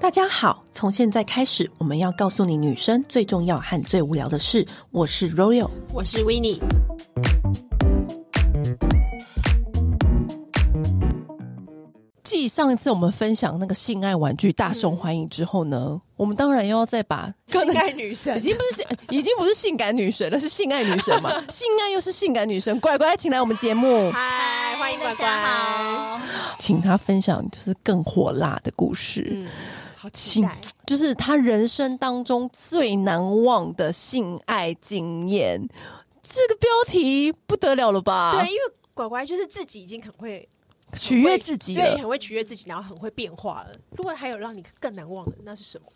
大家好，从现在开始，我们要告诉你女生最重要和最无聊的事。我是 Royal，我是 w i n n i e 继上一次我们分享那个性爱玩具大受欢迎之后呢，我们当然又要再把更性爱女神已经不是性，已经不是性感女神了，是性爱女神 嘛？性爱又是性感女神，乖乖，请来我们节目， 嗨，欢迎乖乖，大家好，请她分享就是更火辣的故事，嗯，好期请待，就是她人生当中最难忘的性爱经验。这个标题不得了了吧？对，因，为乖乖就是自己已经很会取悦自己对，了很。会取悦自己，然后很会变化了。如果还有让你更难忘的，那是什么？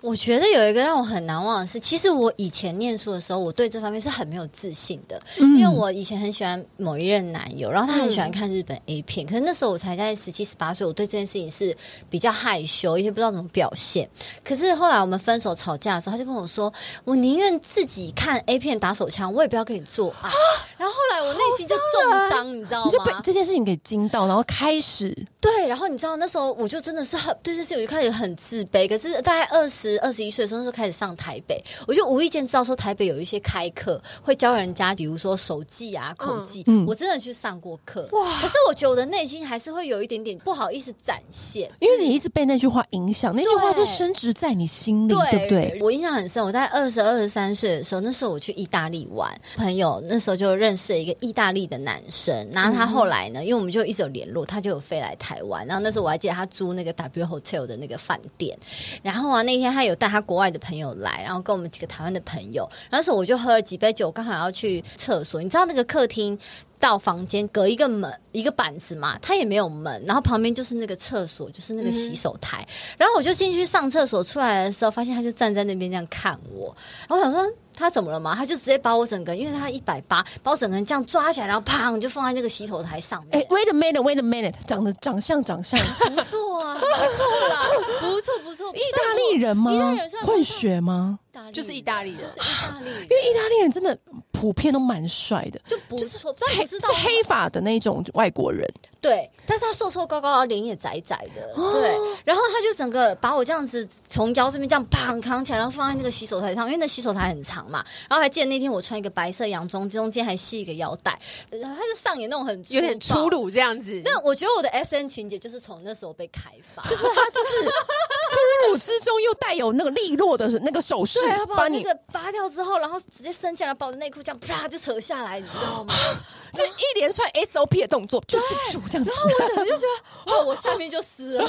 我觉得有一个让我很难忘的是，其实我以前念书的时候，我对这方面是很没有自信的，嗯因为我以前很喜欢某一任男友，然后他很喜欢看日本 A 片，可是那时候我才在十七十八岁，我对这件事情是比较害羞，也不知道怎么表现。可是后来我们分手吵架的时候，他就跟我说，我宁愿自己看 A 片打手枪，我也不要跟你做啊爱。然后后来我内心就重伤，你知道你就被吗？这件事情给惊到，然后开始对，然后你知道那时候我就真的是很对这事，我就开始很自卑。可是大概二十二十一岁的时候，那时候开始上台北，我就无意间知道说台北有一些开课会教人家，比如说手技啊、口技，嗯嗯我真的去上过课。哇！可是我觉得我的内心还是会有一点点不好意思展现。因为你一直被那句话影响，那句话是对深植在你心里，对不对？我印象很深，我在二十二、十三岁的时候，那时候我去意大利玩，朋友那时候就认识了一个意大利的男生，嗯然后他后来呢，因为我们就一直有联络，他就有飞来台湾，然后那时候我还记得他租那个 W Hotel 的那个饭店，然后啊那天他有带他国外的朋友来，然后跟我们几个台湾的朋友，然后那时候我就喝了几杯酒，刚好要去厕所，你知道那个客厅。到房间隔一个门一个板子嘛，它也没有门，然后旁边就是那个厕所，就是嗯那个洗手台，然后我就进去上厕所，出来的时候发现他就站在那边这样看我，然后我想说。他怎么了嘛？他就直接把我整个，因为他一百八，把我整个人这样抓起来，然后砰就放在那个洗手台上哎面。 ，wait a minute，wait a minute，长得长相长相，意不错啊，不错啦，不错不错。大利人吗意大利人虽？然不混血吗？虽然我就是意大利人就是意大利人，因为意大利人真的普遍都蛮帅的，就不错，但黑我知是道黑发的那种外国 人，对，但是他瘦瘦高高，然后脸也窄窄的，哦对。然后他就整个把我这样子从腰这边这样砰扛起来，然后放在那个洗手台上，因为那洗手台很长嘛。然后还记得那天我穿一个白色洋装，中间还系一个腰带，呃他就上演那种很有点粗暴粗。鲁这样子，但我觉得我的 S N 情节就是从那时候被开发，就是他就是 粗鲁之中又带有那个利落的那个手势对，他，把把我那你个扒掉之后，然后直接伸进来，把我的内裤这样啪就扯下来，你知道 吗？就一连串 SOP 的动作，就就就这样子。我整个就觉得，哇，我下面就湿了。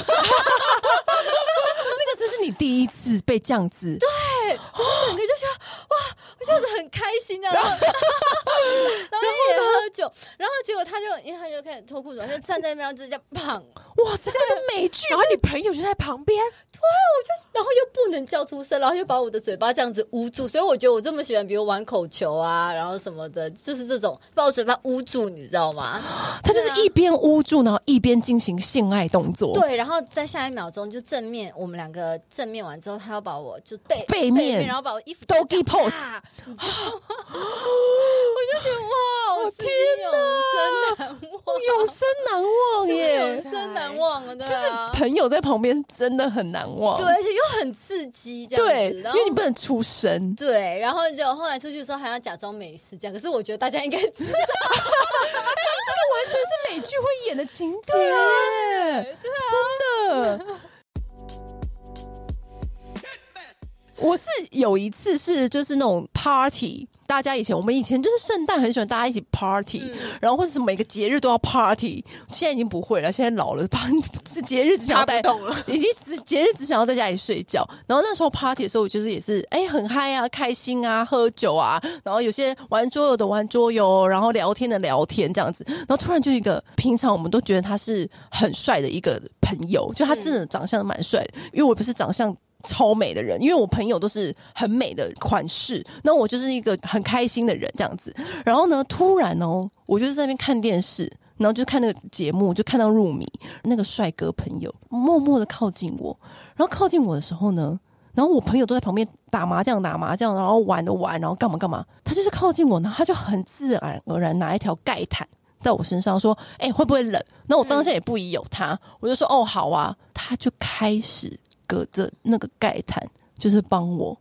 那个是是你第一次被这样子，哦我整个就觉得哇，我这样子很开心的，然后 然后也喝酒，然后结果他就因为他就开始脱裤子，他就站在那边，然后直接这样砰，哇塞，这个跟美剧然后你朋友就在旁边，然后又不能叫出声，然后又把我的嘴巴这样子捂住，所以我觉得我这么喜欢，比如玩口球啊，然后什么的，就是这种把我嘴巴捂住，你知道吗？他就是一边捂住，然后一边进行性爱动作。，啊对，然后在下一秒钟就正面，我们两个正面完之后，他要把我就背背面然后把我衣服都给 pose 啊 你知道吗我就觉得哇，我天永 生难永生难忘忘。永耶！生难忘啊，对啊，朋友在旁边真的很难忘。对，而且又很刺激这对样子，因然后为你不能出声。对，然后就后来出去的时候还要假装没事这样，可是我觉得大家应该 知道，完全是美剧会演的情节，对啊真的。我是有一次是就是那种 party，大家以前我们以前就是圣诞很喜欢大家一起 party，、然后或者是每个节日都要 party，现在已经不会了，现在老了， 是节日只想要待不动了。 已经只节日只想要在家里睡觉。然后那时候 party 的时候，我就是也是哎、很嗨啊，开心啊，喝酒啊，然后有些玩桌游的玩桌游，然后聊天的聊天这样子。然后突然就一个平常我们都觉得他是很帅的一个朋友，就他真的长相蛮帅的，因为我不是长相。超美的人，因为我朋友都是很美的款式，那我就是一个很开心的人这样子。然后呢，突然哦，我就是在那边看电视，然后就看那个节目，就看到入迷，那个帅哥朋友默默的靠近我，然后靠近我的时候呢，然后我朋友都在旁边打麻将、打麻将，然后玩的玩，然后干嘛干嘛，他就是靠近我，然后他就很自然而然拿一条盖毯在我身上说：“哎、会不会冷？”那我当下也不疑有他，我就说：“哦，好啊。”他就开始隔着那个盖毯，就是帮我。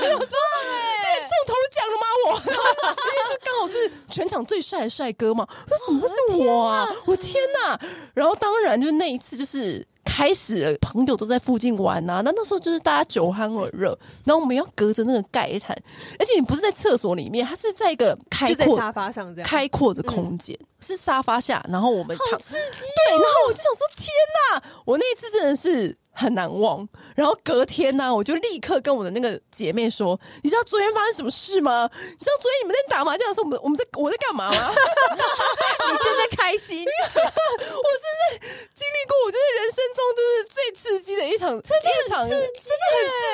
中头奖了吗？我，因为是刚好是全场最帅的帅哥嘛，为什么会是我啊？我天哪！然后当然就那一次就是。开始了朋友都在附近玩呐、啊，那那时候就是大家酒酣耳热，然后我们要隔着那个盖毯，而且你不是在厕所里面，它是在一个开就在阔沙发上这样。 开阔的空间，是沙发下，然后我们躺，刺激！对，然后我就想说，天呐，我那一次真的是很难忘。然后隔天呢、我就立刻跟我的那个姐妹说，你知道昨天发生什么事吗？你知道昨天你们在打麻将的时候，我们我们在我在干嘛吗？你真的开心？经历过我就是人生中就是最刺激的一场，一场真的很刺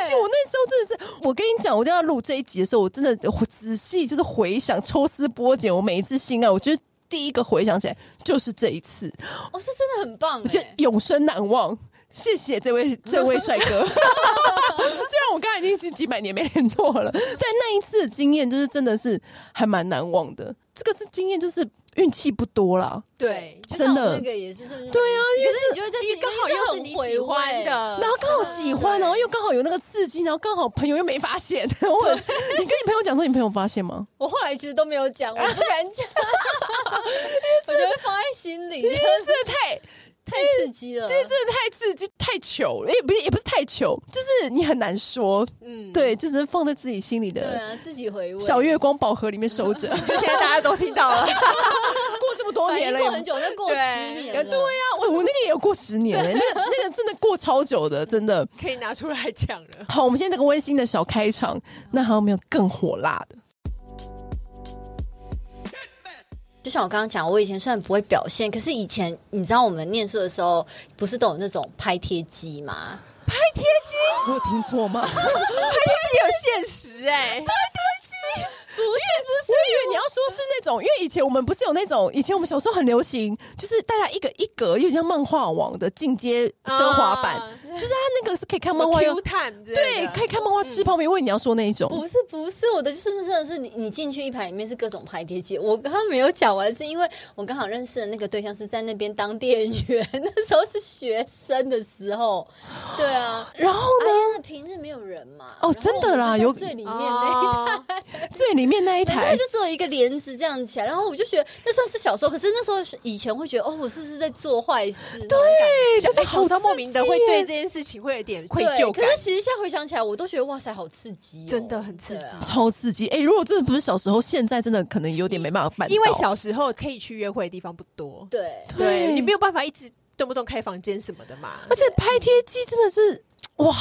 激。我那时候真的是，我跟你讲，我就要录这一集的时候，我真的我仔细就是回想、抽丝剥茧，我每一次心爱，我觉得第一个回想起来就是这一次，我、哦是真的很棒、我觉得欸，永生难忘。谢谢这 位这位帅哥， 虽然我刚才已经几几百年没联络了，但那一次的经验就是真的是还蛮难忘的。这个是经验，就是运气不多啦。 对，就真像的我那个也是，就是对啊因为可是你就会在心里面刚好又是你喜欢一直很回味，的，然后刚好喜嗯欢，然后又刚好有那个刺激，然后刚好朋友又没发现。 我有你跟你朋友讲说，你朋友发现 吗？我后来其实都没有讲，我不敢 讲，我觉得放在心里，因为真的太，太刺激了。因为真的太刺激，太糗了，也不是也不是太糗，就是你很难说。嗯，对，就是放在自己心里对的啊，自己回味。小月光宝盒里面收 着。就现在大家都听到了，过这么多反年应了，过很久，那过十年也了，哎对呀、我我那个也有过十年、欸，那个那个真的过超久的，真的。 可以拿出来讲 了。好，我们现在这个温馨的小开场，那还有没有更火辣的？就像我刚刚讲，我以前虽然不会表现，可是以前你知道我们念书的时候，不是都有那种拍贴机吗？我有听错吗？ 有现实我以哎、为你要说是那种，因为以前我们不是有那种，以前我们小时候很流行，就是大家一个一格，有点像漫画网的进阶奢华 版，啊就是它那个是可以看什漫画么又 Q 探之类对，的嗯可以看漫画吃泡面。因为你要说那一种，不是不是，我的就是真的是你你进去一排里面是各种拍贴机。我刚刚没有讲完，是因为我刚好认识的那个对象是在那边当店员， 那时候是学生的时候。对啊，然后啊呢，因为平日没有人嘛。哦真的啦然后有我就在最里面哦那一排。 哎最里面那一然后台就只有一个帘子这样起来，然后我就觉得那算是小时候，可是那时候是以前会觉得哦，我是不是在做坏事？对，对，就是哎好好刺像莫名的会激耶对这件事情会有点愧对，疚可感。是其实现在回想起来，我都觉得哇塞，好刺激、哦，真的很刺激对啊超刺激！哎、如果真的不是小时候，现在真的可能有点没办法办到，因为小时候可以去约会的地方不多，对，对你没有办法一直动不动开房间什么的嘛。而且拍贴机真的是哇，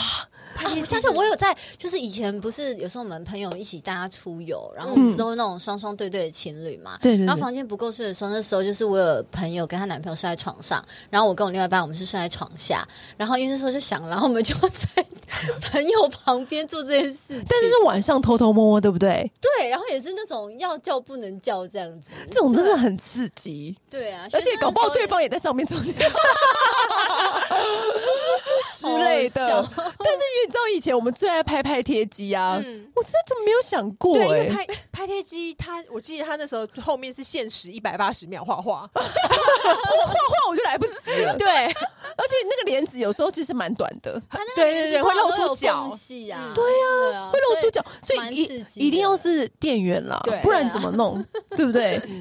啊，我想想，我有在，就是以前不是有时候我们朋友一起大家出游，然后我们是都是那种双双对对的情侣嘛。嗯对对然对后，房间不够睡的时候，那时候就是我有朋友跟她男朋友睡在床上，然后我跟我另外一半我们是睡在床下，然后因为那时候就想，然后我们就 在朋友旁边做这件事情，但是是晚上偷偷摸摸，对不对？对，然后也是那种要叫不能叫这样子，这种真的很刺激，对啊，而且搞不好对方。方也在上面抽筋 之类的。好但是因为你知道，以前我们最爱拍拍贴机啊，嗯我真的怎么没有想过对，因哎、为拍拍贴机，他我记得他那时候后面是限时一百八十秒画 画，画画我就来不及了，对，而且那个帘子有时候其实蛮短的，他那个对对帘子对会通常露都出有脚缝隙啊，嗯对啊，会露所出以脚，所蛮以刺激一的一定要是店员啦对，不然怎么弄，对不对？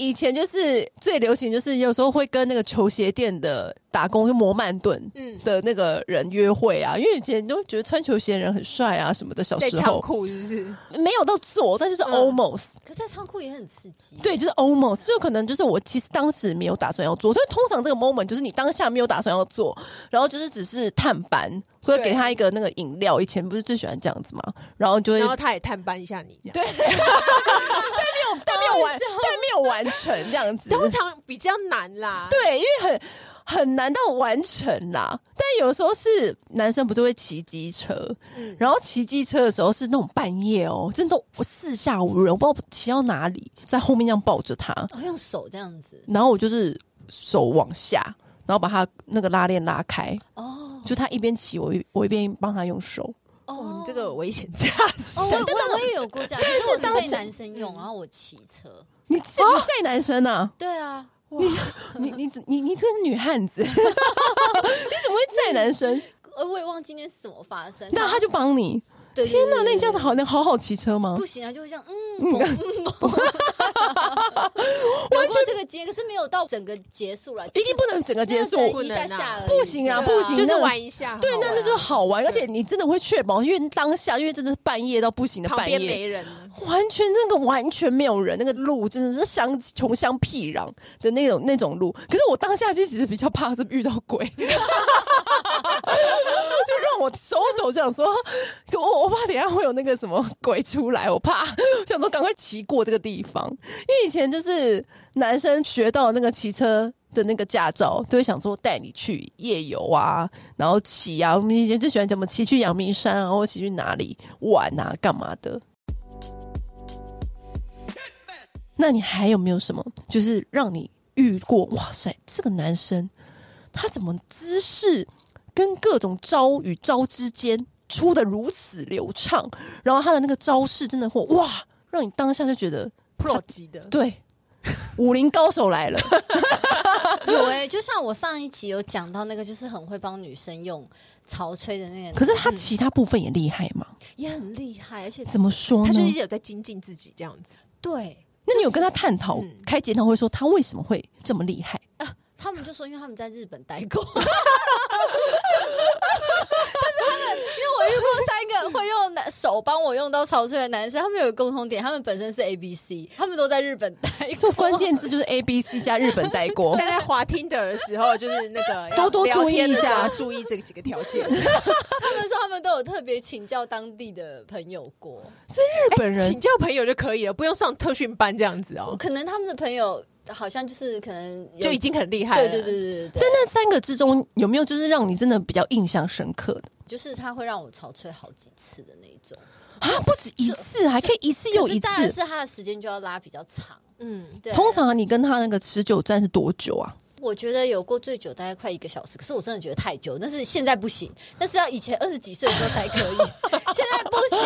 以前就是最流行，就是有时候会跟那个球鞋店的打工就摩曼顿嗯，的那个人约会啊，因为以前都觉得穿球鞋的人很帅啊什么的，小在时仓候库是不是？没有到做，但就是 almost，、可是在仓库也很刺激，啊对，就是 almost，就可能就是我其实当时没有打算要做，所以通常这个 moment 就是你当下没有打算要做，然后就是只是探班，或者给对他一个那个饮料，以前不是最喜欢这样子嘛，然后就会然后他也探班一下你这样。对，但没有但没有完，但没有完成这样子。通常比较难啦，对，因为很很难到完成啦。但有时候是男生不是会骑机车，嗯然后骑机车的时候是那种半夜哦，真的都我四下无人，我不知道骑到哪里，在后面这样抱着他，哦，用手这样子然后我就是手往下，然后把他那个拉链拉开，哦，就他一边骑，我一我一边帮他用手。哦，你这个危险驾驶哦，我我我也有过这 样，但是我当是被时男生用，然后我骑车。你怎么在男生啊？对啊，你你你你这是女汉子， 你怎么会在男生？呃我也忘记那是怎么发生。那他就帮你。对天哪，那你这样子好好能好好骑车吗不？行啊，就会这样，嗯，嘣嗯 嘣 有过这个结，可是没有到整个结束了，一定不能整个结束，那不个一下下而已不行啊，对不行，就是那玩一下，对，好那玩那就好玩，而且你真的会确保，因为当下，因为真的是半夜到不行的旁半边夜，没人了，完全那个完全没有人，那个路真的是相穷乡僻壤的那种那种路。可是我当下其实比较怕是遇到鬼， 就让我手手这样说，可我我怕等一下会有那个什么鬼出来，我怕想说赶快骑过这个地方，因为以前就是男生学到那个骑车。的那个驾照，都会想说带你去夜游啊，然后骑啊，我们以前就喜欢怎么骑去阳明山啊，或骑去哪里玩啊，干嘛的。那你还有没有什么，就是让你遇过？哇塞，这个男生他怎么姿势跟各种招与招之间出的如此流畅，然后他的那个招式真的会哇，让你当下就觉得 pro 级的，对，武林高手来了，有哎、就像我上一集有讲到那个，就是很会帮女生用潮吹的那个，可是他其他部分也厉害嘛？也很厉害，而且怎么说他呢就？一直有在精进自己这样子。对。那你有跟他探讨嗯开检讨会说他为什么会这么厉害？他们就说，因为他们在日本待过， 但是他们因为我遇过三个会用男手帮我用到潮吹的男生，他们有个共同点，他们本身是 A B C，他们都在日本待过。说关键字就是 A B C 加日本代 过但，在滑 Tinder 的时候，就是那 个哦多多要聊天的时注意一下候要注意这几个条件。他们说他们都有特别请教当地的朋友过，日本 人请教朋友就可以了，不用上特训班这样子哦，可能他们的朋友好像就是可能有就已经很厉害对了。对对对对对，但那三个之中有没有就是让你真的比较印象深刻的就是他会让我潮吹好几次的那一种，啊？不止一次，还可以一次又可是一当然次。是他的时间就要拉比较长。嗯，对，啊通常你跟他那个持久战是多久啊？我觉得有过最久大概快一个小时，可是我真的觉得太久，但是现在不行，但是要以前二十几岁的时候才可以，现在不行，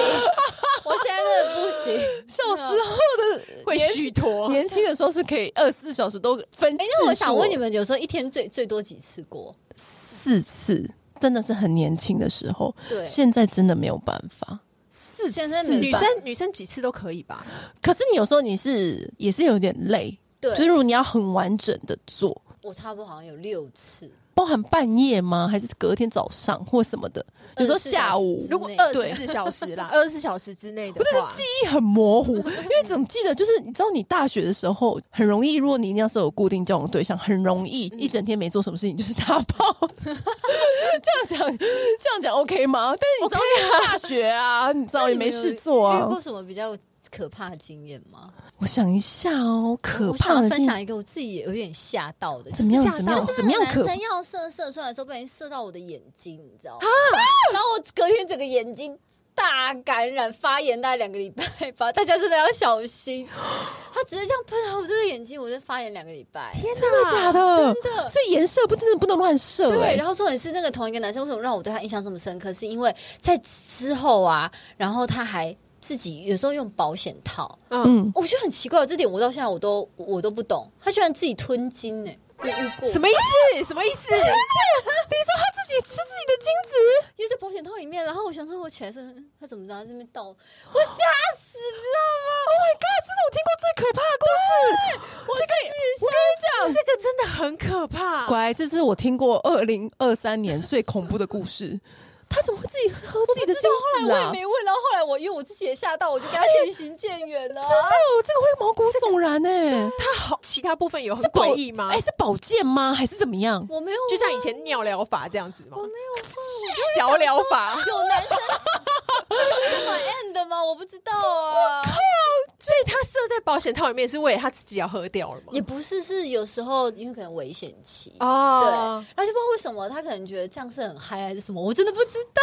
我现在真的不行。小时候的会虚脱。呃年轻的时候是可以二十四小时都分啊哎、那我想问你们，有时候一天最最多几次过？四次真的是很年轻的时候，对现在真的没有办法。四现在没嗯女办生女生几次都可以吧？可是你有时候你是也是有点累，对就是如果你要很完整的做，我差不多好像有六次，包含半夜吗？还是隔天早上或什么的？有时候24小时呃下午，之如果内二十四小时 啦，二十四小时之内的话，记忆很模糊，因为怎么记得就是你知道你大学的时候很容易，如果你那时候有固定交往对象，很容易嗯一整天没做什么事情就是打 炮。这样讲这样讲 OK 吗？但是你知道你大学啊，你知道也没事做那你们有遇啊过。什么比较可怕的经验吗？我想一下哦，可我想怕要的分享一个我自己有点吓到的，怎么样吓怎么样到怎就是么那样个男可生要射射出来的时候，不小心射到我的眼睛，你知道吗？ 然后我隔天整个眼睛大感染发炎，大概两个礼拜吧。大家真的要小心，他直接这样喷到我这个眼睛，我就发炎两个礼拜。真的假的？真的所以颜色不真的不能乱射、对，欸然后重点是那个同一个男生，为什么让我对他印象这么深刻？是因为在之后啊，然后他还自己有时候用保险套，嗯，嗯，我觉得很奇怪，这点我到现在我都我都不懂，他居然自己吞金呢、欸你遇过什么意思？什么意思？嗯啊自己吃自己的精子，就在保险套里面，然后我想说，我起来的时候，嗯 他怎么长在这边倒？我吓死了！ Oh my god！这是我听过最可怕的故事。我这我个跟你讲，这个真的很可怕。乖，这是我听过二零二三年最恐怖的故事。他怎么会自己喝自己的精后子来我也啊？没问，然后后来我因为我自己也吓到，我就跟他渐行渐远了。哦，这个会毛骨悚然哎、它好，其他部分有很是保啊诡异吗哎、？是保健吗？还是怎么样？我没有问，就像以前尿疗法这样子吗我？没有问，小疗法，有男生 这么 end 吗？我不知道啊，所以他射在保险套里面是为了他自己要喝掉了吗也？不是，是有时候因为可能危险期。对，哦，然后就不知道为什么他可能觉得这样是很嗨还是什么，我真的不知道。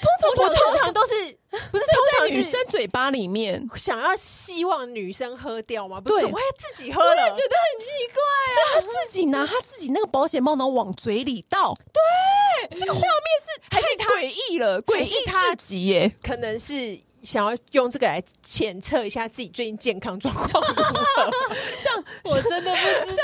通我想通常都是不是通常到女女生嘴巴里面。想要希望女生喝掉吗？不对是，我也自己喝 了，觉得很奇怪。啊他自己拿他自己那个保险帽，然后往嘴里倒。对，这个画面是太诡异了，诡异至极耶！可能是想要用这个来检测一下自己最近健康状况 如何。像 我真的不知道，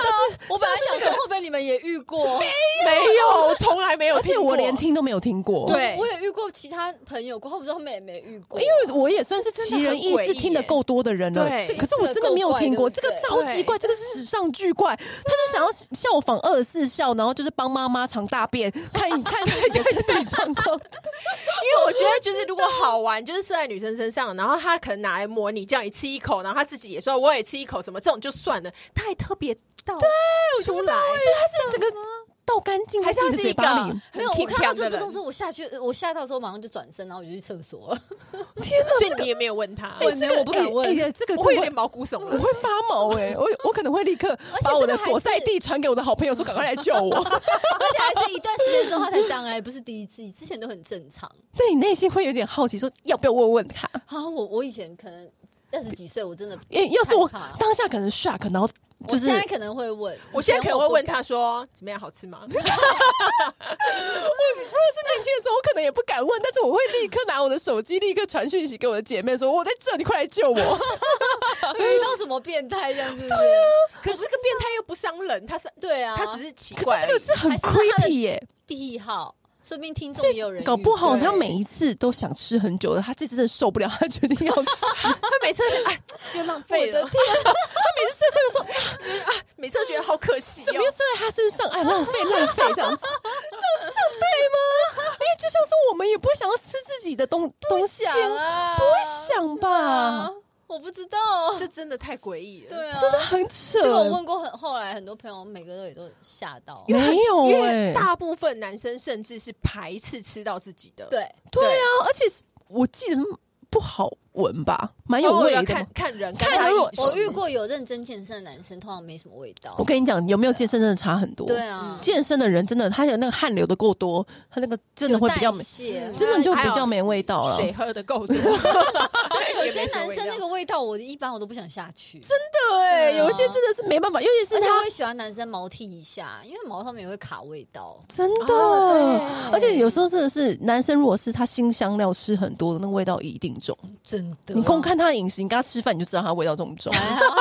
我本来想说会不会你们也遇过，没有，我从来没有而听且过，我连听都没有听过。对我也遇过其他朋友过后，我说他们也没遇过，因为我也算是奇人异事听得够多的人了，对这个可是我真的没有听过，这这个个超级怪，这个是史上巨怪。他是想要效仿二十四孝，然后就是帮妈妈尝大 便，看一看自己的身体状况。因为我觉得就是如果好玩，就是射在女生身上，然后她可能拿来模拟，这样你吃一口，然后她自己也说我也吃一口，什么这种就算了，她还特别倒出来，是整个倒干净在还是自她己的是嘴一个巴里。没有，我看到这这这动，作，我下去，我吓到之后马上就转身，然后我就去厕所了。所 以你也没有问她，我没有，我不敢哎问。呀，这个我真会有的点毛骨悚我然。会发毛哎、我我可能会立刻且把我的这个还是所在地传给我的好朋友，说赶快来救我。 而且还是一段时间之后他才这样哎，不是第一次，之前都很正常。但你内心会有点好奇，说要不要问问他？啊，我我以前可能二十几岁，我真的因为要是我害怕当下可能 shock，然后我就是现在可能会问，我现在可能会问她以说怎么样，好吃吗？是年轻的时候，我可能也不敢问，但是我会立刻拿我的手机，立刻传讯息给我的姐妹说：“我在这，你快来救我 前我不敢遇到什么变态这样子。对啊， 可是这个变态又不伤人，他是对啊，他只是奇！”可是怪而这已个。是很还是他的 creepy 耶、癖好，说不定听众也有人搞不好遇过他每一次都想吃很久的，他这次真的受不了，他决定要吃。他每次都觉得哎，又浪费了我的。他每次吃就说每次都觉得好可惜怎哦么又。射在他身上？哎，浪费浪费这 样子，这样这样对吗？因为就像是我们也不会想要吃自己的东东不西想啊，啊，不会想吧啊？，我不知道，这真的太诡异了。 对啊，真的很扯这，个我问过很，后来很多朋友每个都也都吓到，没因有为哎，大部分男生甚至是排斥吃到自己的，，对，对啊，而且是我记得不好闻吧，蛮有偶尔味要的看嘛。看人，看他如果我遇过有认真健身的男生，通常没什么味道我。跟你讲，有没有健身真的差很多。对啊，健身的人真的，他有那个汗流的够多，他那个真的会比较没，没嗯真的就比较没味道了。水喝的够多，真的有些也没什么男味生道那个味道，我一般我都不想下去。真的，对，对啊啊有一些真的是没办法，尤其是而且他我也喜欢男生毛剃一下，因为毛上面也会卡味道。真的，哦而且有时候真的是男生，如果是他新香料吃很多的，那个味道一定重。真的你光看他的饮食，你跟他吃饭，你就知道他味道重不重。因为这种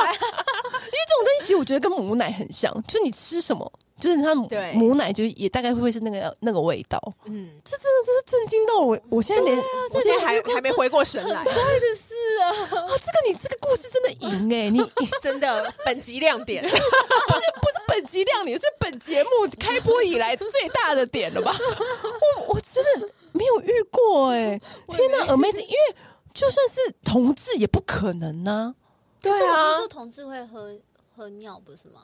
东西，其实我觉得跟母奶很像，就是你吃什么，就是他母对母奶，就是也大概会是那个那个味道。嗯，这真的就是震惊到我，我现在连、我现在还还没回过神来，啊，这个你这个故事真的赢 哎、你。真的本集亮点，不是本集亮点，是本节目开播以来最大的点 了吧？我我真的没有遇过哎、天哪，amazing！因为就算是同志也不可能啊呐、对啊可是我听说同志会喝喝尿，不是吗？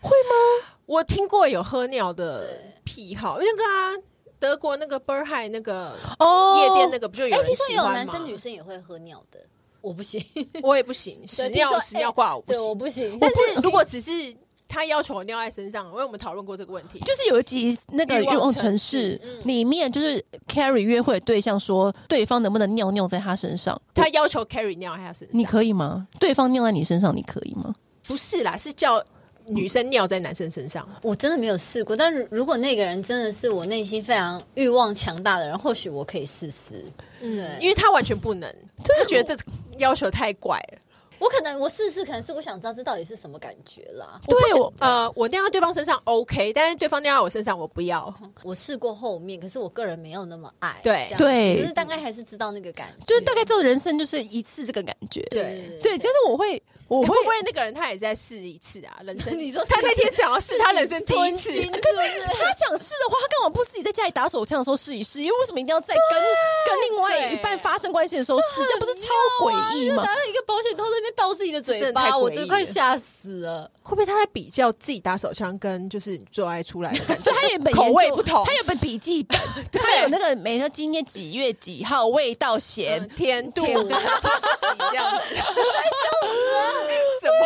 会吗？我听过有喝尿的对癖好，那个啊，德国那个 b e r h i 那个哦夜店那个不就有哎、人听说喜有欢吗男生女生也会喝尿的，我不行，我也不行，屎听尿说哎屎尿挂我不 对，我行，不行。但是如果只是他要求我尿在身上，因为我们讨论过这个问题，就是有一集那个《欲欲望望城城市市》嗯里面，就是 Carrie 约会的对象说对方能不能尿尿在他身上，他要求 carry 尿在他身上，你可以吗？对方尿在你身上，你可以吗？不是啦，是叫女生尿在男生身上。我真的没有试过，但如如果那个人真的是我内心非常欲望强大的人，或许我可以试试。嗯对，因为他完全不能，他觉得这要求太怪了。我可能我试试，可能是我想知道这到底是什么感觉啦。对不行我呃，我尿在对方身上 OK，但是对方尿在我身上我不要。我试过后面，可是我个人没有那么爱，对这样子对只是大概还是知道那个感觉，就是大概这种人生就是一次这个感觉，对对对。但是我会，我我会会不会那个人他也在试一次啊？人生你说他那天想要试他人生第一吞次金，是不是？他想试的话，他干嘛不自己在家里打手枪的时候试一试？因为为什么一定要在跟跟另外一半发生关系的时候试？这不是超诡异吗啊拿？了一个保险套在那边倒自己的嘴这太诡异巴，了我真的快吓死了。会不会他在比较自己打手枪跟就是做爱出来的感觉？所以他原本口味研究不同他有本笔记 本，他有那个每个今天几月几号味道咸嗯，甜度甜 跟度这样子，什 么？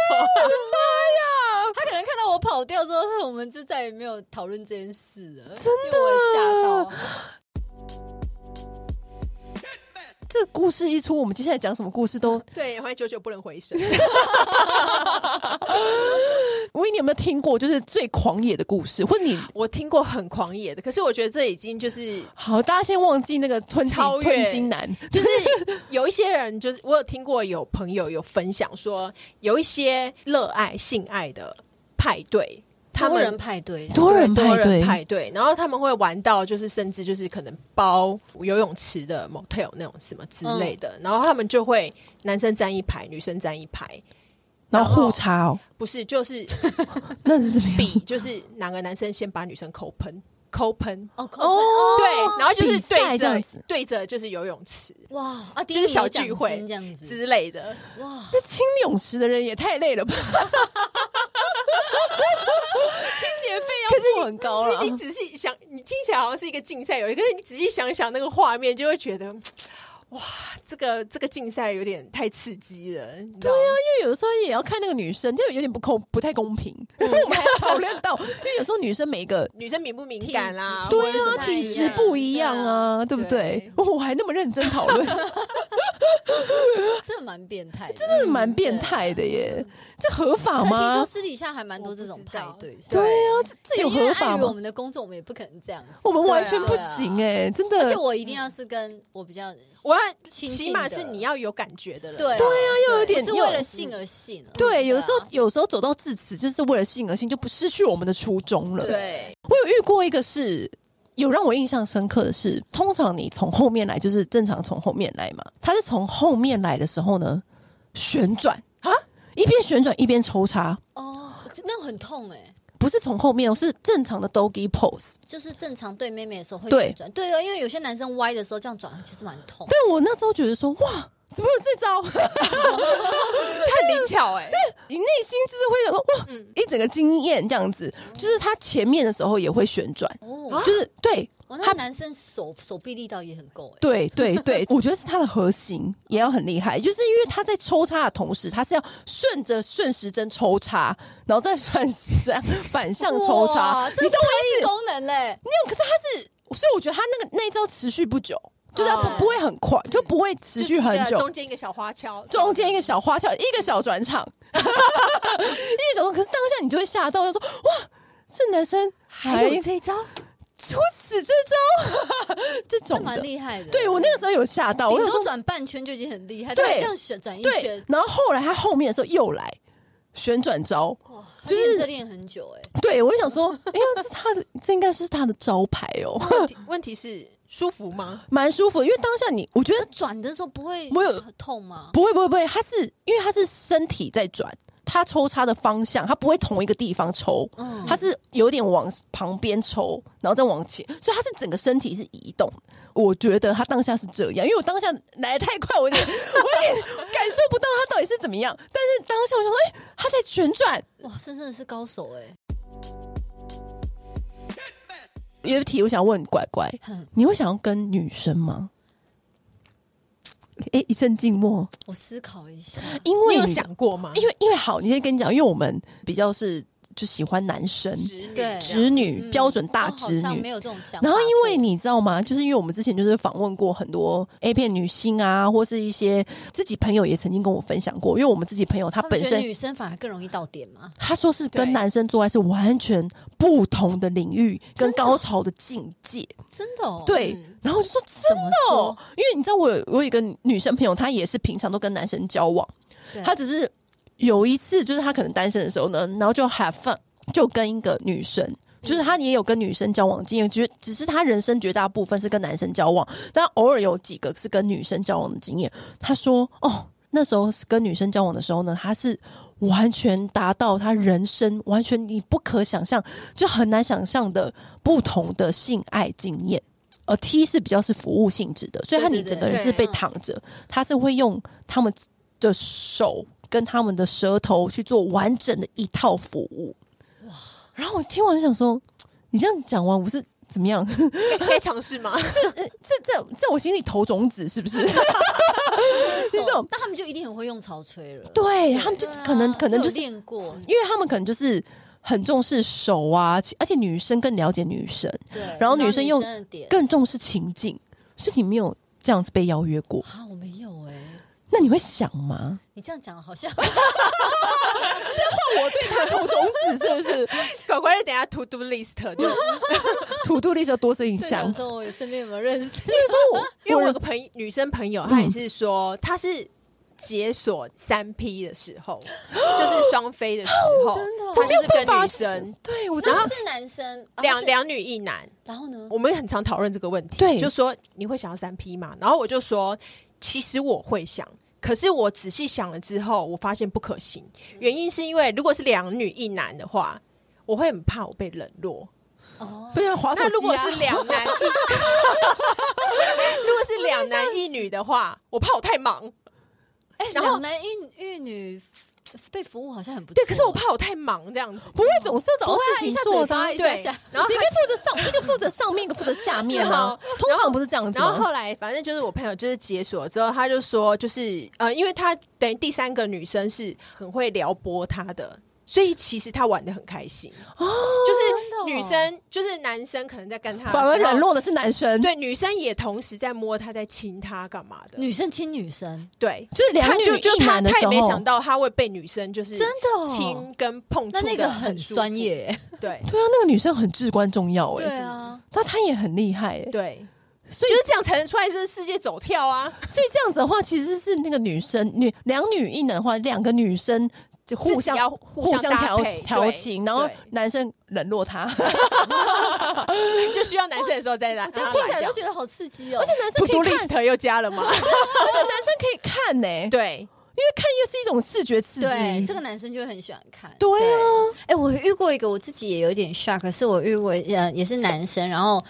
他可能看到我跑掉之后，他我们就再也没有讨论这件事了，真的我也吓到。这这个故事一出，我们接下来讲什么故事都，对，也会久久不能回神。维尼有没有听过？就是最狂野的故事，或 你我听过很狂野的，可是我觉得这已经就是好，大家先忘记那个吞金超越吞金男，就是有一些人，就是我有听过有朋友有分享说，有一些热爱性爱的派对，他多们人派对，多人对多派对人派对，然后他们会玩到就是甚至就是可能包游泳池的 motel 那种什么之类的，然后他们就会男生站一排，女生站一排，然后然后互插哦，不是就是那是怎么样？比就是哪个男生先把女生抠喷抠喷。哦哦，对，然后就是比赛对这样着子对着就是游泳池哇啊，就第一是名小有奖聚会金这样子，之类的，哇，那清泳池的人也太累了吧？清洁费要付很高可了是。你仔细想，你听起来好像是一个竞赛游戏，可是你仔细想想那个画面，就会觉得，哇，这个这个竞赛有点太刺激了。对啊，因为有的时候也要看那个女生，就有点不公不太公平。 我们还要讨论到，因为有时候女生每一个女生敏不敏感啦？对或者是啊，不太体一质样不一样啊，对不对？我还那么认真讨 论，这蛮变态的，真啊真的蛮变态的耶！这合法可听说吗？私底下还蛮多这种派对，对啊，这这有因为合法碍于我吗？们的工作，我们也不可能这样子。我们完全对啊不行哎，真的。而且我一定要是跟我比较，我要亲近的起码是你要有感觉的人。对对啊，又有点是又为了性而性啊。对，有时候啊有时候走到至此，就是为了性而性，就不失去我们的初衷了。对，我有遇过一个是有让我印象深刻的是，通常你从后面来就是正常从后面来嘛，他是从后面来的时候呢旋转啊，一边旋转一边抽插，哦，那很痛哎。不是从后面哦，是正常的 doggy pose。就是正常对妹妹的时候会对旋转，对哦，因为有些男生歪的时候这样转其实蛮痛。但我那时候觉得说哇。怎么有这招？ 太灵巧哎、你内心就是会想说哇，一整个惊艳这样子，就是他前面的时候也会旋转，哦，就是对我那啊他个男生手手臂力道也很够哎。对对对，我觉得是他的核心也要很厉害，就是因为他在抽插的同时，他是要顺着顺时针抽插，然后再反向反向抽插哇，你这懂我特意异思？功能嘞，没有，可是他是，所以我觉得他那个那一招持续不久，就是他不、哦不会很快，就不会持续很就是一个久中。间一个小花俏，中间一个小花俏，一个小转场， 一个小转，可是当下你就会吓到，就说哇，这男生哎还还有这一招，出此这招， 这这种蛮的。厉害的。对我那个时候有吓到，我顶有说多转半圈就已经很厉害，对他这样旋转一对圈，，然后后来他后面的时候又来旋转招，哇，就就是是这练很久哎。对我就想说，哎呀，这是他的，这应该是他的招牌哦， 问题问题是舒服吗？蛮舒服的，因为当下你，我觉那得转的时候不会我有很痛吗？不会不会不会，他是因为他是身体在转。他抽插的方向，他不会同一个地方抽，嗯他是有点往旁边抽，然后再往前，所以他是整个身体是移动的。我觉得他当下是这样，因为我当下来得太快，我有点 我有点感受不到他到底是怎么样。但是当下我就说，哎、他在旋转，哇，深深的是高手哎、有一题我想问乖乖哼，你会想要跟女生吗？哎、一阵静默，我思考一下，因你为有你想过吗？因为因为好，你先跟你讲，因为我们比较是就喜欢男生直女对直女、啊嗯标准大我好直像女没。有这种想法过。然后，因为你知道吗？就是因为我们之前就是访问过很多 A 片女星啊，或是一些自己朋友也曾经跟我分享过，因为我们自己朋友她他们本觉得身女生反而更容易到点嘛，她说是跟对男生做爱是完全不同的领域跟真的高潮的境界。真的哦。，对嗯，然后我就说真怎么哦说？，因为你知道我有我有一个女生朋友，她也是平常都跟男生交往，对她只是有一次就是她可能单身的时候呢，然后就 have fun，就跟一个女生。嗯就是她也有跟女生交往经验，只是只是她人生绝大部分是跟男生交往，但偶尔有几个是跟女生交往的经验。她说：“哦，那时候是跟女生交往的时候呢，她是完全达到她人生完全你不可想象，就很难想象的不同的性爱经验。呃，T 是比较是服务性质的，所以他对你对对整个人是被对嗯躺着，他是会用他们的手跟他们的舌头去做完整的一套服务。哇！然后我听完就想说，你这样讲完我是怎么样？ 该尝试吗？这这这我心里投种子是不是？这种那他们就一定很会用潮吹了。对他们就 对啊，可能可能有就是练过，因为他们可能就是很重视手啊，其而且女生更了解女生，对。然后知道女女生用的点，更重视情境，所以你没有这样子被邀约过？啊，我没有哎、那你会想吗？你这样讲 好像我对他投种子是不是乖乖的，等一下 to do list 就，土度力就多次影对响想？说，我有身边有没有认识？因为我有个朋友女生朋友，她也是说她是。解锁三 P 的时候，就是双飞的时候，真的哦她就是没有跟办女法生对我真然的后是男生，啊两是两女一男，然后呢？我们很常讨论这个问题，对就说你会想要三 P 吗？然后我就说，其实我会想，可是我仔细想了之后，我发现不可行，原因是因为如果是两女一男的话。我会很怕我被冷落。哦，对啊，滑手机、那啊、如果是两男一， 如果是两男一女的话，我怕我太忙。哎、然后两男一一女被服务好像很不错对，可是我怕我太忙这样子。不会总是找不会事啊情 一下嘴做的啊、巴一对下下，然后你可以负责上，一个负责上面，一个负责下面啊。通常不是这样子哦然后吗？后来，反正就是我朋友就是解锁之后，他就说，就是呃，因为他等于第三个女生是很会撩拨他的。所以其实他玩的很开心，真的就哦是女生，就是男生可能在跟他的反而时候冷，落的是男生，，对女生也同时在摸他，在亲他干嘛的？女生亲女生，对，就是两他女就就一他男的他时也候，没想到他会被女生就是真的哦亲跟碰触那得那个很舒服专，业、欸，对对啊，那个女生很至关重要哎、对啊，但她也很厉害、欸，对，所以就是这样才能出来这个世界走跳啊！所以这样子的话，其实是那个女生女两女一男的话，两个女生就互自己相要互相搭调配调情，对然后对男生冷落 她，而就需要男生的时候再来这样让听他起来来讲就。觉得好刺激哦。且男 To 生 do 可以看， list 又加了吗？ 而且男生可以看呢、因对，为看越是一种视觉刺激。对，这个男生就会很喜欢看。对啊，哎、我遇过一个，我自己也有点 shock，可是我遇过，呃，也是男生，然后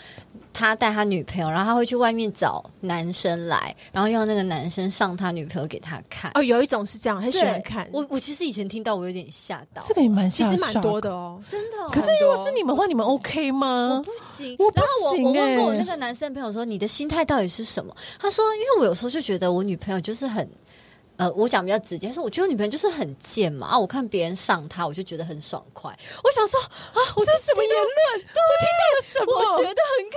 他带他女朋友，然后他会去外面找男生来，然后要那个男生上他女朋友给他看。哦，有一种是这样，很喜欢对看，我我其实以前听到，我有点吓到，这个也蛮其吓实蛮吓多的哦。真的、哦。可是很如多果是你们的话，你们 OK 我吗？不行，我不然后我我行问过我欸那个男生朋友说，你的心态到底是什么？他说，因为我有时候就觉得我女朋友就是很。呃，我讲比较直接，他说我觉得我女朋友就是很贱嘛，啊，我看别人上她，我就觉得很爽快。我想说啊，我这是什么言论？我听到了什么？我觉得很可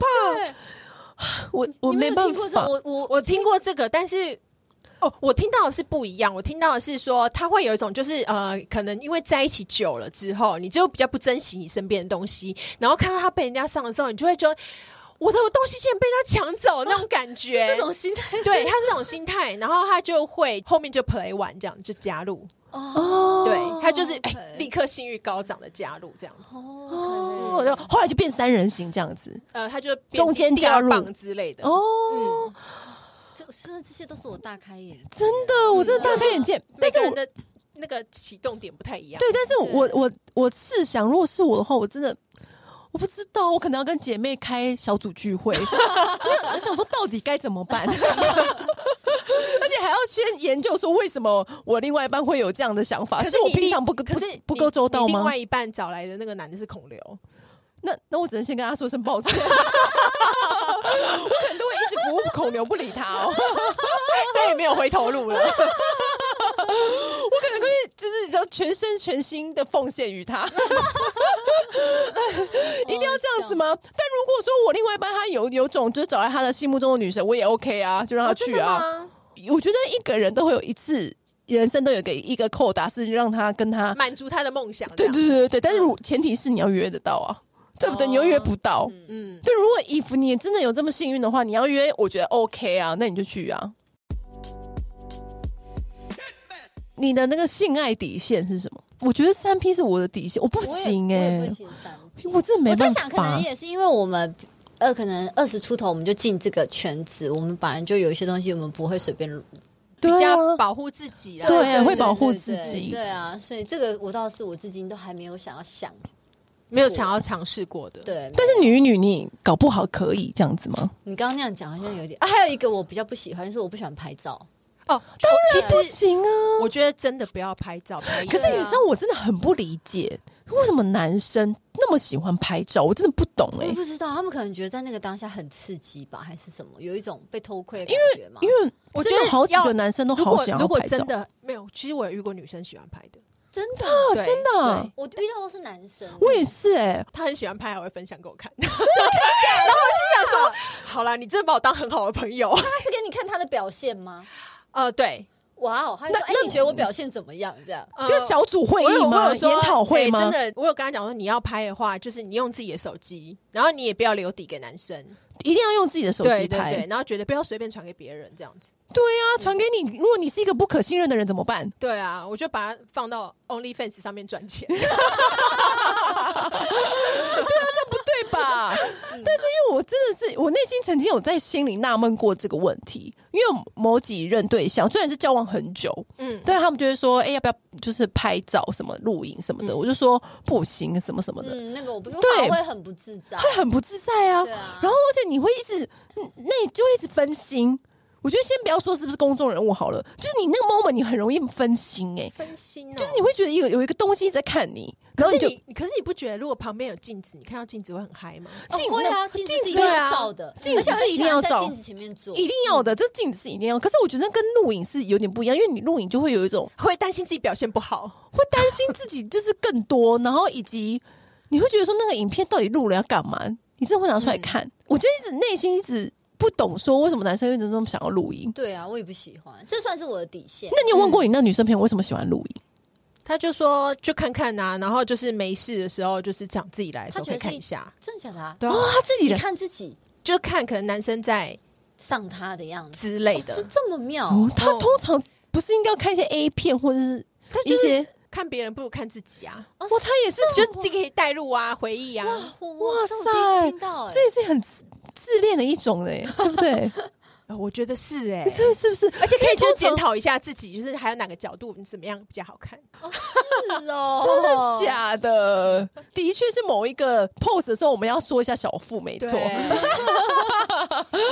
怕。很可对怕。 我我你没们有办听过这法种，我我我听过这个，但是。哦，我听到的是不一样。我听到的是说，他会有一种就是呃，可能因为在一起久了之后，你就比较不珍惜你身边的东西，然后看到他被人家上的时候，你就会觉得我的东西竟然被人家抢走那种感觉。这种心态是，对，他是这种心态，然后他就会后面就 play 完这样就加入，哦对他就是哎、立立刻性欲高涨的加入这样嗯子。哦，哦，我就后来就变三人行这样子。呃，他就变中间第二加入棒之类的。哦，嗯这真的这些都是我大开眼界，啊真的，我真的大开眼界。但 每是个我人的那个启动点不太一样。对，但是我我我是想，如果是我的话，我真的。我不知道，我可能要跟姐妹开小组聚 会，我想说到底该怎么办，而 且还要先研究说为什么我另外一半会有这样的想法，可是我你另平常不可是不不够周到你你另吗外？一半找来的那个男的是孔刘， 那那我只能先跟他说声抱歉， 我可能都会一直服务孔刘不理他哦，我再也没有回头 路了。可能会就是你知道全身全心的奉献于 他。一定要这样子吗？哦但如果说我另外一半他有有种就是找来他的心目中的女神，我也 OK 啊，就让他去啊。哦，真的吗我觉得一个人都会有一次人生都有个一个扣打是让他跟他，满足他的梦想。对对这样，对对对，但是如前提是你要约得到啊，对不对？哦你又约不到。嗯，对，如果衣服你真的有这么幸运的话，你要约，我觉得 OK 啊，那你就去啊。你的那个性爱底线是什么？我觉得三 P 是我的底线，我不我也行哎、我也不行三 P 我真的没我在办法。想，可能也是因为我们。呃，可能二十出头我们就进这个圈子，我们本来就有一些东西我们不会随便录，对比较啊，保护自己啦。对会保护自对己对啊，所以这个我倒是我至今都还没有想要想，没有想要尝试过的。，对。但是女与女，你搞不好可以这样子吗？你刚刚那样讲好像有点啊，还有一个我比较不喜欢，就是我不喜欢拍照，哦，其不实行啊！我觉得真的不要拍照拍。可是对你啊知道，我真的很不理解，为什么男生那么喜欢拍照？我真的不懂哎、我不知道他们可能觉得在那个当下很刺激吧，还是什么，有一种被偷窥的感觉嘛。因为我觉真的得好几要个男生都如好果想要如果拍照啊真，的没有，其实我有遇过女生喜欢拍的，真的，对真的对我遇到都是男生。我也是哎、他很喜欢拍，还会分享给我 看。然后我心想说，好啦，你真的把我当很好的朋 友。他是给你看他的表现吗？呃，对，哇哦，他就说：“哎、你觉得我表现怎么样？”这样呃就小组会我有议我吗？有说研讨会哎吗？真的，我有跟他讲说，你要拍的话，就是你用自己的手机，然后你也不要留底给男生，一定要用自己的手对机对拍。对，然后觉得不要随便传给别人这样子。对啊，传给你，如果你是一个不可信任的人怎么 办？对啊，我就把它放到 OnlyFans 上面 赚钱。对吧？ 但是因为我真的是，我内心曾经有在心里纳闷过这个问题，因为某几任对象虽然是交往很久，嗯，但他们就会说，哎、要不要就是拍照什么、录影什么嗯的？我就说不行，什么什么的，嗯，那个我不用，对我会很不自在。会很不自在啊。对啊然后而且你会一直，嗯那你就会一直分心。我觉得先不要说是不是公众人物好了，就是你那个 moment 你很容易分心、哎，分心、哦，就是你会觉得有有一个东西在看你，然可后你就是你，可是你不觉得如果旁边有镜子，你看到镜子会很嗨吗？哦镜会啊，那镜子镜是子一定要啊照的，镜子而且是一定要很喜欢照在镜子前面做。一定要的，这镜子是一定要。可是我觉得跟录影是有点不一样，因为你录影就会有一种会担心自己表现不好，会担心自己就是更多，然后以及你会觉得说那个影片到底录了要干嘛？你真的会拿出来看？我就一直内心一直不懂，说为什么男生一直那么想要录影？对啊，我也不喜欢，这算是我的底线。那你有问过你那女生朋友为什么喜欢录影？他就说就看看呐、然后就是没事的时候，就是讲自己来的时候他觉可得以看是一下，真的假的、啊？对啊，哦，他自自己己的看自己就看可能男生在上他的样子，之类的，是这么妙。哦，他哦通常不是应该要看一些 A 片或者是他一就是些看别人不如看自己啊，哦哇，他也是就自己可以带入啊，回忆啊，哇哇哇塞塞，这我第一次听到哎、这也是很欸自自恋的一种 嘞，对不对？呃我觉得是哎、这是不是？而且可以因为就通常检讨一下自己，就是还有哪个角度你怎么样比较好看，是哦，真的？假的？的确是某一个 pose 的时候，我们要说一下小腹，没错，对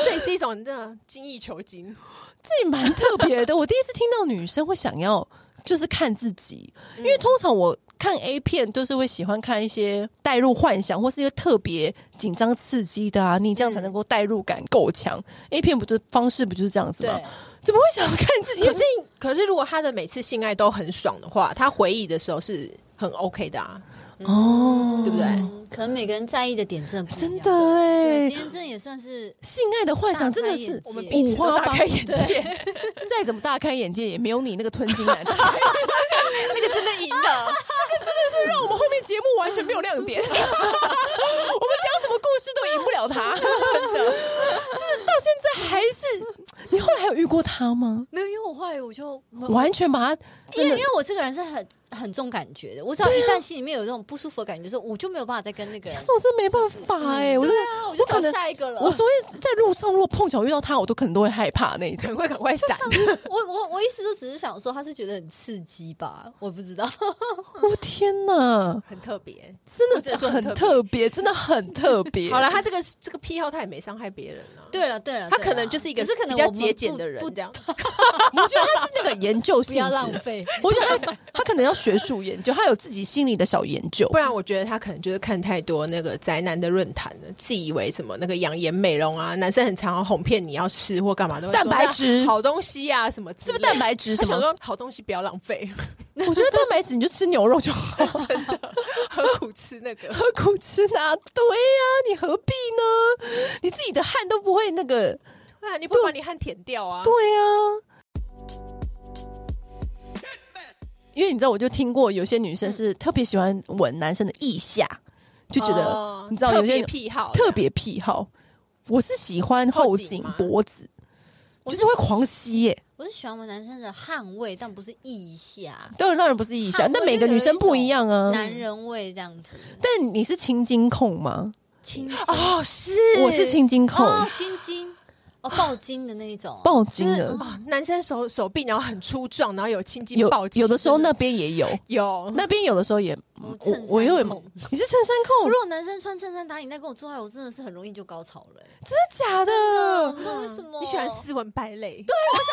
这也是一种那精益求精，这也蛮特别的。我第一次听到女生会想要就是看自己，因为通常我看 A 片都是会喜欢看一些带入幻想或是一些特别紧张刺激的啊，你这样才能够代入感够强。A 片不就方式不就是这样子对吗？怎么会想要看自己？可是，可是如果他的每次性爱都很爽的话，他回忆的时候是很 OK 的啊，哦，对不对？嗯可能每个人在意的点真的不一真样。的哎、对，今天真的也算是性爱的幻想真的是大开眼界我们彼此五都花大八开眼界，再怎么大开眼界，也没有你那个吞金难大开。那个真的赢了。这让我们后面节目完全没有亮 点，我们讲什么故事都赢不了他，真的，真的到现在还是。你后来还有遇过他吗？没有，因为我后来我就没有完全把他因真为的因为我这个人是很很重感觉的，我只要一旦心里面有这种不舒服的感觉，说我就没有办法再跟那个人可。是我真的没办法哎、我真对的啊，我就可找能下一个了。我所以在路上如果碰巧遇到他，我都可能都会害怕那一种。赶快赶快闪！ 我我我意思就只是想说，他是觉得很刺激吧？我不知道，我天哪，很特别。真我只的能是说很很特别，真的很特 别。好了，，他这个这个癖好，他也没伤害别人啊。 对了对了，他对可了能就是一个只是可比能较我们节俭不的人不，这样。我觉得他是那个研究 不性要浪质，费。我觉得他他可能要学术研究，他有自己心里的小研究不。然我觉得他可能就是看太多那个宅男的论坛了，自以为什么那个养颜美容啊，男生很常哄骗你要吃或干嘛都会说蛋白质那好东西啊什么之是类不的，是蛋白质他什想么？说好东西不要浪费， 我觉得蛋白质你就吃牛肉就好，何苦吃那个？何苦吃哪堆呀、你何必呢？你自己的汗都不会那个，对啊，你不会把你汗舔掉啊？对呀、因为你知道，我就听过有些女生是特别喜欢闻男生的腋下，就觉哦得你知道特有别些癖好，特别癖好。我是喜欢后颈后颈吗脖子，我就是是会狂吸耶、我是喜欢我们男生的汗味，但不是腋下、当然当然不是腋下，汗但味每就个有女一生不一种样啊。男人味这样子。但你是青筋控吗？青筋哦，是我是青筋控，哦，青筋哦，爆筋的那一种。爆筋的。哦，男生手手臂然后很粗壮，然后有青筋有暴起，有的时候真那边也有，有那哦边有的时候也，我我衬我衫又有控你是衬衫控，如真果男生穿衬衫打领带跟我做爱，我真的是很容易就高潮了、欸。的假我的？不知道为什么。你喜欢斯文败类，对，你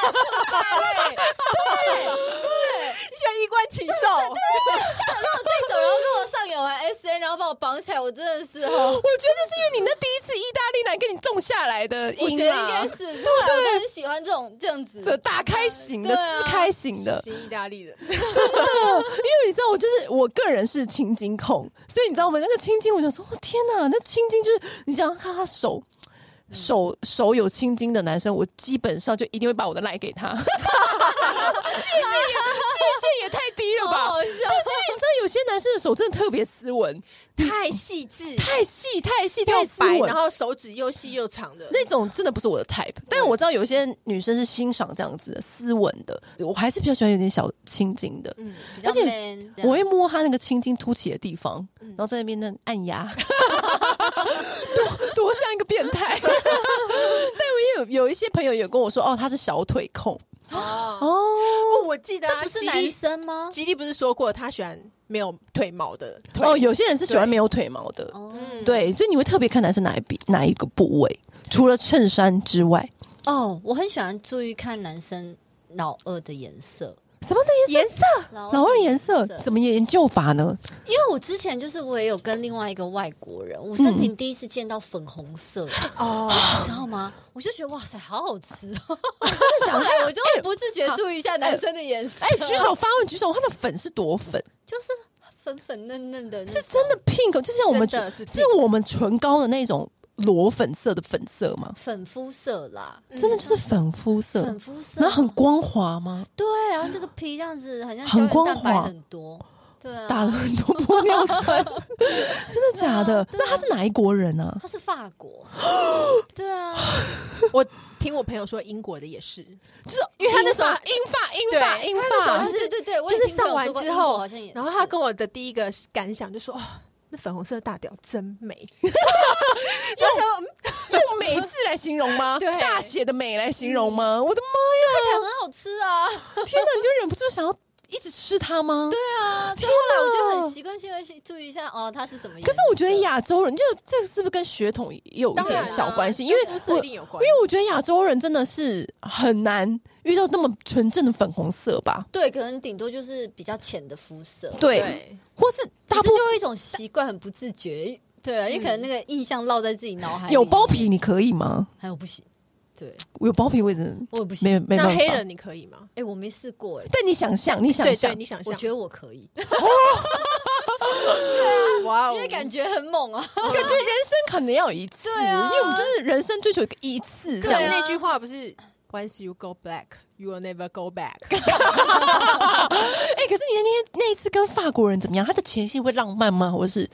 喜欢衣冠禽兽，这种，然后跟我上演完 S N，然后把我绑起来，我真的是哦。我觉得是因为你那第一次是意大利男给你种下来的我觉因得应啊该，是，对，我就很喜欢这种这样子，这打开型的、对啊撕开型的，新意大利人，因为你知道，我就是我个人是青筋控，所以你知道吗？那个青筋，我想说，我哦天哪，那青筋就是你想想看他手。嗯手手有青筋的男生，我基本上就一定会把我的赖给 他，界限也界限也太低了好吧！因好笑。为你知道有些男生的手真的特别斯文， 太细致、太细太细又太斯白，文，然后手指又细又长的，那种真的不是我的 type，但我知道有一些女生是欣赏这样子的斯文的，我还是比较喜欢有点小青筋的。嗯，比较而且 man，这样我会摸她那个青筋凸起的地方，嗯然后在那边那按 压，多多像一个变态。 但我也有有一些朋友有跟我说，哦，他是小腿控哦，哦，我记得这啊不是吉男利生吗？吉利不是说过他喜欢没有腿毛的腿哦，有些人是喜欢对没有腿毛的，哦嗯对，所以你会特别看男生哪一笔哪一个部位，除了衬衫之外，哦，我很喜欢注意看男生老二的颜色，什么的颜色老二颜色怎么研究法呢？因为我之前就是我也有跟另外一个外国人，我嗯生平第一次见到粉红色，哦， 你知道吗？我就觉得哇塞，好好吃哦！真的假的？ 哎，我就会不自觉注意一下男生的颜色，哎，举啊手发问，举手，他的粉是多粉？就是粉粉嫩嫩的那种，是真的 pink，就像我们真的是 pink 是我们唇膏的那种裸粉色的粉色吗？粉肤色啦，嗯真的就是粉肤色，粉肤色，然后很光滑吗？嗯对，然后这个皮这样子，好像胶很原光蛋白滑很多，对啊，打了很多玻尿 酸，真的假的？啊那他是哪一国人啊？他是法 国，对啊， 我听我朋友说英国的也是，就是因为他那时候英法英法对英他那时候法就英是法，对对对，我也就是听朋上友完说过之英国后好像也，是，然后他跟我的第一个感想就说：“哦，那粉红色的大屌真美。”就想说嗯用美字来形容吗？ 对嗯大写的美来形容吗？我的妈看起来很好吃啊，呀！天哪，你就忍不住想要一直吃它吗？对。对啊，所以后来我就很习惯性会注意一下哦，他是什么颜可色。是我觉得亚洲人，就这个是不是跟血统也有一当然点啊小关系？因跟为肤我色一定有关因。为我觉得亚洲人真的是很难遇到那么纯正的粉红色吧？对，可能顶多就是比较浅的肤色，对，对，或是只大是部分就会一种习惯，很不自觉。对啊，因为可能那个印象烙在自己脑海里。有包，皮，你可以吗？还有不行，对有包皮我也真我也不行。没哎、没那办法。黑人，你可以吗？我没试过哎、但你想象，你想对象对，，你想我象，觉得我可以，哇哦因为感觉很猛 啊。感觉人生可能要有一次，对啊因为我们就是人生追求一个一次这可是样。那句话不是 “Once you go black, you will never go back”。哎、可是你那天那一次跟法国人怎么样？他的前戏会浪漫吗？或是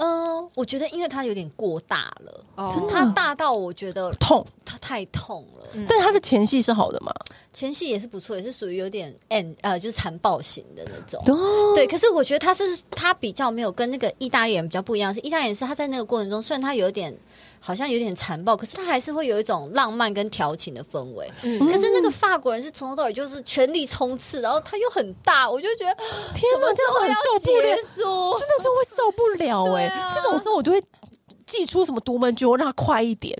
嗯、我觉得因为它有点过大了，哦真的嗯它大到我觉得痛？它太痛了。但他的前戏是好的嘛？前戏也是不错，也是属于有点 N 呃，就是残暴型的那种。哦，对，可是我觉得他是他比较没有跟那个意大利人比较不一样，是意大利人是他在那个过程中，虽然他有点好像有点残暴，可是他还是会有一种浪漫跟调情的氛围。嗯可是那个法国人是从头到尾就是全力冲刺，然后他又很大，我就觉得天哪，这样子很受不了。束。真的就会受不了哎、对啊这种时候我就会寄出什么独门灸，让它快一点，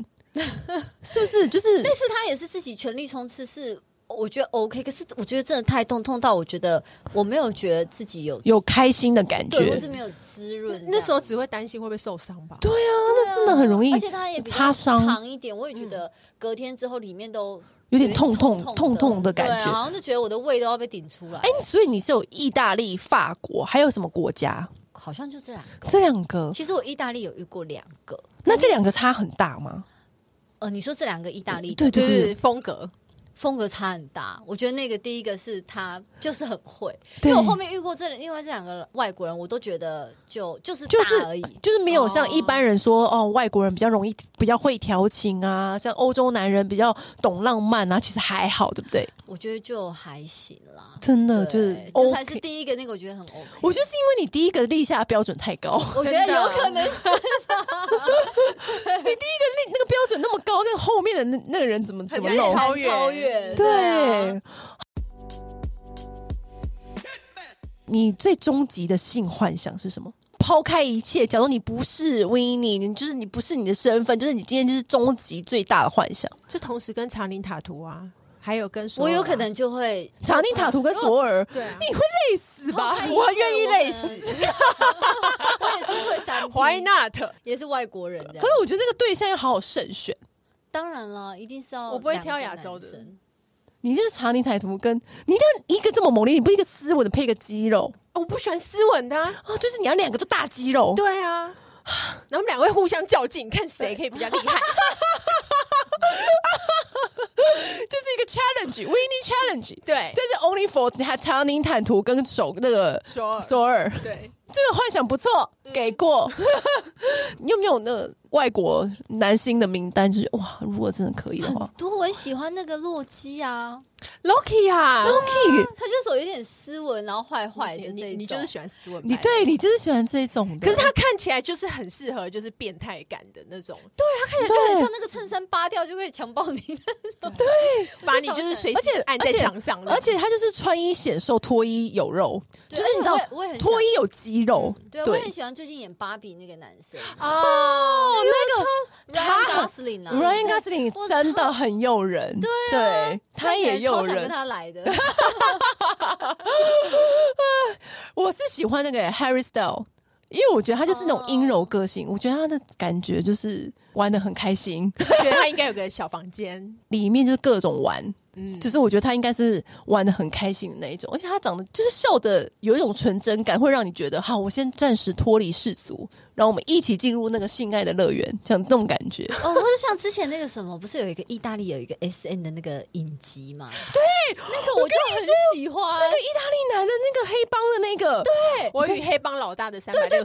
是不是？就是但是他也是自己全力冲刺，是我觉得 OK。可是我觉得真的太痛，痛到我觉得我没有觉得自己有有开心的感对，觉啊或。是没有滋润这样。那时候只会担心会不会受伤吧？对啊，那真的很容易而且它也比较擦伤长一点，我也觉得隔天之后里面都有点痛痛痛痛的的感对啊觉。好像就觉得我的胃都要被顶出来。哎、所以你是有意大利、法国，还有什么国家？好像就这两个。这两个，其实我意大利有遇过两个，那这两个差很大吗？呃，你说这两个意大利对就对是对风格。风格差很大。我觉得那个第一个是他就是很会，因对为我后面遇过这另外这两个外国人，我都觉得就就是大就是而已。就是没有像一般人说哦外国人比较容易比较会调情啊，像欧洲男人比较懂浪漫啊，其实还好，对不对？我觉得就还行啦，真的对就是就还 OK 是第一个那个，我觉得很 OK。我就是因为你第一个立下的标准太 高，我觉得啊真的有可能是那那个标准那么高，那个后面的那那个人怎么怎么很弄难？超超越越超越，啊对。你最终极的性幻想是什么？抛开一切，假如你不是 w i n n i e 你就是你不是你的身份，就是你今天就是终极最大的幻想。就同时跟查理塔图啊，还有跟索我尔有啊可能就会查理塔图跟索尔，对啊，你会 累死吧？我愿意累死，我也是会闪避， Why not？也是外国人的可是。我觉得这个对象要好好慎选。当然了，一定是要我不会两个挑亚洲的男生你就是查理塔图跟你一定要一个这么猛烈，你不一个斯文的配一个肌肉我不喜欢斯文的、啊，啊，就是你要两个就大肌肉。对啊，然后我们两个会互相较劲，看谁可以比较厉害。就是一个 challenge，winning challenge。对， 但是 only for 他查理坦图跟手那个 索尔索尔，对，这个幻想不错，给过。 你有没有那个外国男星的名单？就是哇，如果真的可以 的话多我很喜欢那个洛基啊， Loki 啊， ，Loki，他就是有一点斯文，然后坏坏啊的这一你种你你就是喜欢斯文，你。对你就是喜欢这种的。可是他看起来就是很适合，就是变态感的那种，看起来就很像那个衬衫扒掉就可以强暴你的。把你就是随而且时按在而且墙上的，而且他就是穿衣显瘦，脱衣有肉，就是你知道而且我也我也很喜欢嗯脱衣有肌肉。对，啊我很喜欢最近演芭比那个男生哦，那个 Ryan Gosling 啊 Ryan Gosling 我啊真的很诱人，对、他看起来也诱超想跟人。他来 的。我是喜欢那个 Harry Style，因为我觉得他就是哦那种阴柔个性我觉得他的感觉就是玩的很开心，觉得他应该有个小房间，里面就是各种玩。嗯，就是我觉得他应该是玩的很开心的那一种，而且他长得就是笑的有一种纯真感，会让你觉得好，我先暂时脱离世俗，然后我们一起进入那个性爱的乐园，像那种感 觉。哦，或者像之前那个什么，不是有一个意大利有一个 S N 的那个影集嘛？对，那个我就很喜欢。那个意大利男的那个黑帮的那个，我与黑帮老大的三百六十五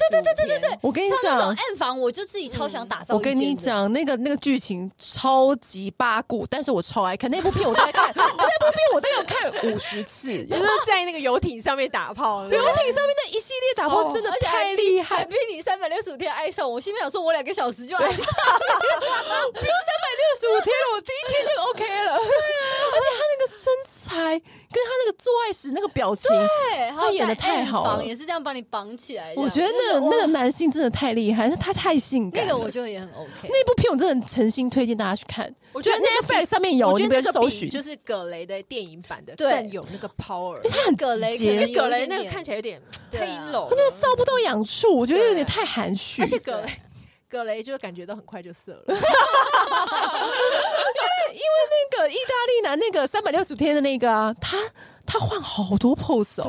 天，我跟你像那种讲，暗房，我就自己超想打造。我跟你，讲，那个那个剧情超级八股，但是我超爱看那部片，我大概看 那部片我大概有看五十次。 游艇 就是在那个游艇上面打炮，上面那一系列打炮哦真的哦而且还太厉害，还逼你三百六十五天爱上我。心里想说，我两个小时就爱上。啊不用三百六十五天了，我第一天就 OK 了。而啊且他那个身材跟他那个做爱时那个表情，对，他演得太好了暗房也是这样把你绑起来。这样我觉得那个哇那个男性真的太厉害，那他太性感那了。个我就也很 OK。那部片我真的很诚心推荐大家去看，我就觉是得那个 Netflix 上面有，我你觉不要得去那搜个寻比，就是葛雷的电影版的对更有那个 power，他很葛雷直可能接有，葛雷那一个点看起来有点对太啊阴柔了，他那个搔不到痒处，我觉得有点太含蓄。而且葛雷葛雷就感觉到很快就色了，那个意大利男那个三百六十天的那个啊，他他换好多 pose 哦，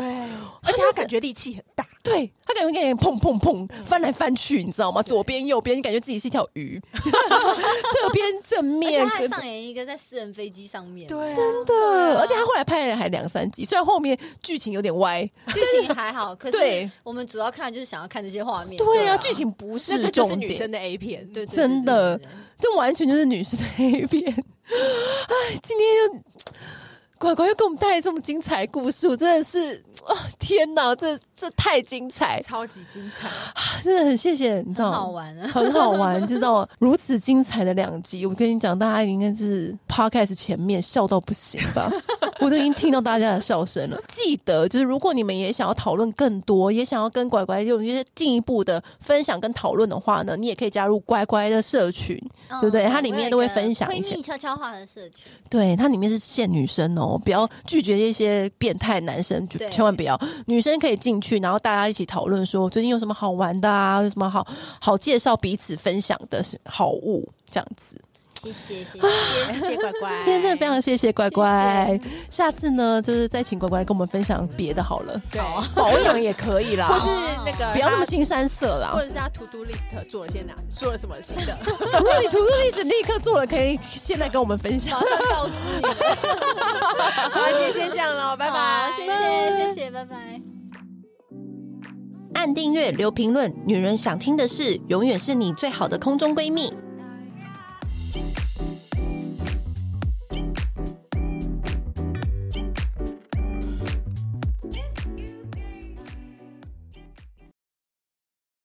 而且他感觉力气很大，对他感觉感觉砰砰砰翻来翻去，你知道吗？左边右边，你感觉自己是一条鱼，侧边正而且面他。还跟上演一个在私人飞机上面，啊真的，而且他后来拍了还两三集，虽然后面剧情有点歪。剧情 还好，可对是我们主要看就是想要看这些画面。对啊，剧情不这是个就重是点，女生的 A 片，对，对对真的对对对对这完全就是女生的黑片。哎，今天又乖乖又给我们带来这么精彩的故事，我真的是啊、天哪，这这太精彩，超级精 彩，真的很谢谢，你知道很吗好。玩 啊。很好玩，就知道吗如此精彩的两集，我跟你讲，大家应该是 podcast 前面笑到不行吧？我都已经听到大家的笑声了。记得，就是如果你们也想要讨论更多，也想要跟乖乖有一些进一步的分享跟讨论的话呢，你也可以加入乖乖的社群。嗯对不对它我里面有一都会个分享一些闺蜜悄悄话的社群，对，它里面是限女生哦，不要拒绝一些变态男生，就对千万不要。女生可以进去，然后大家一起讨论说最近有什么好玩的啊，有什么好好介绍彼此分享的是好物这样子。谢谢谢谢。 今天谢谢乖乖，今天真的非常谢谢乖乖，谢下次呢就是再请乖乖跟我们分享别的好了，对，保养也可以啦，或是那个不要那么他。新三色啦或。者是他 to do list 做了些哪，做了什么新的？如果你图书历史立刻做了，可以现在跟我们分享马。上告知 你 们，好，啊今天先这样了，拜拜好，谢谢谢谢，拜拜。按订阅，留评论，女人想听的事，永远是你最好的空中闺蜜。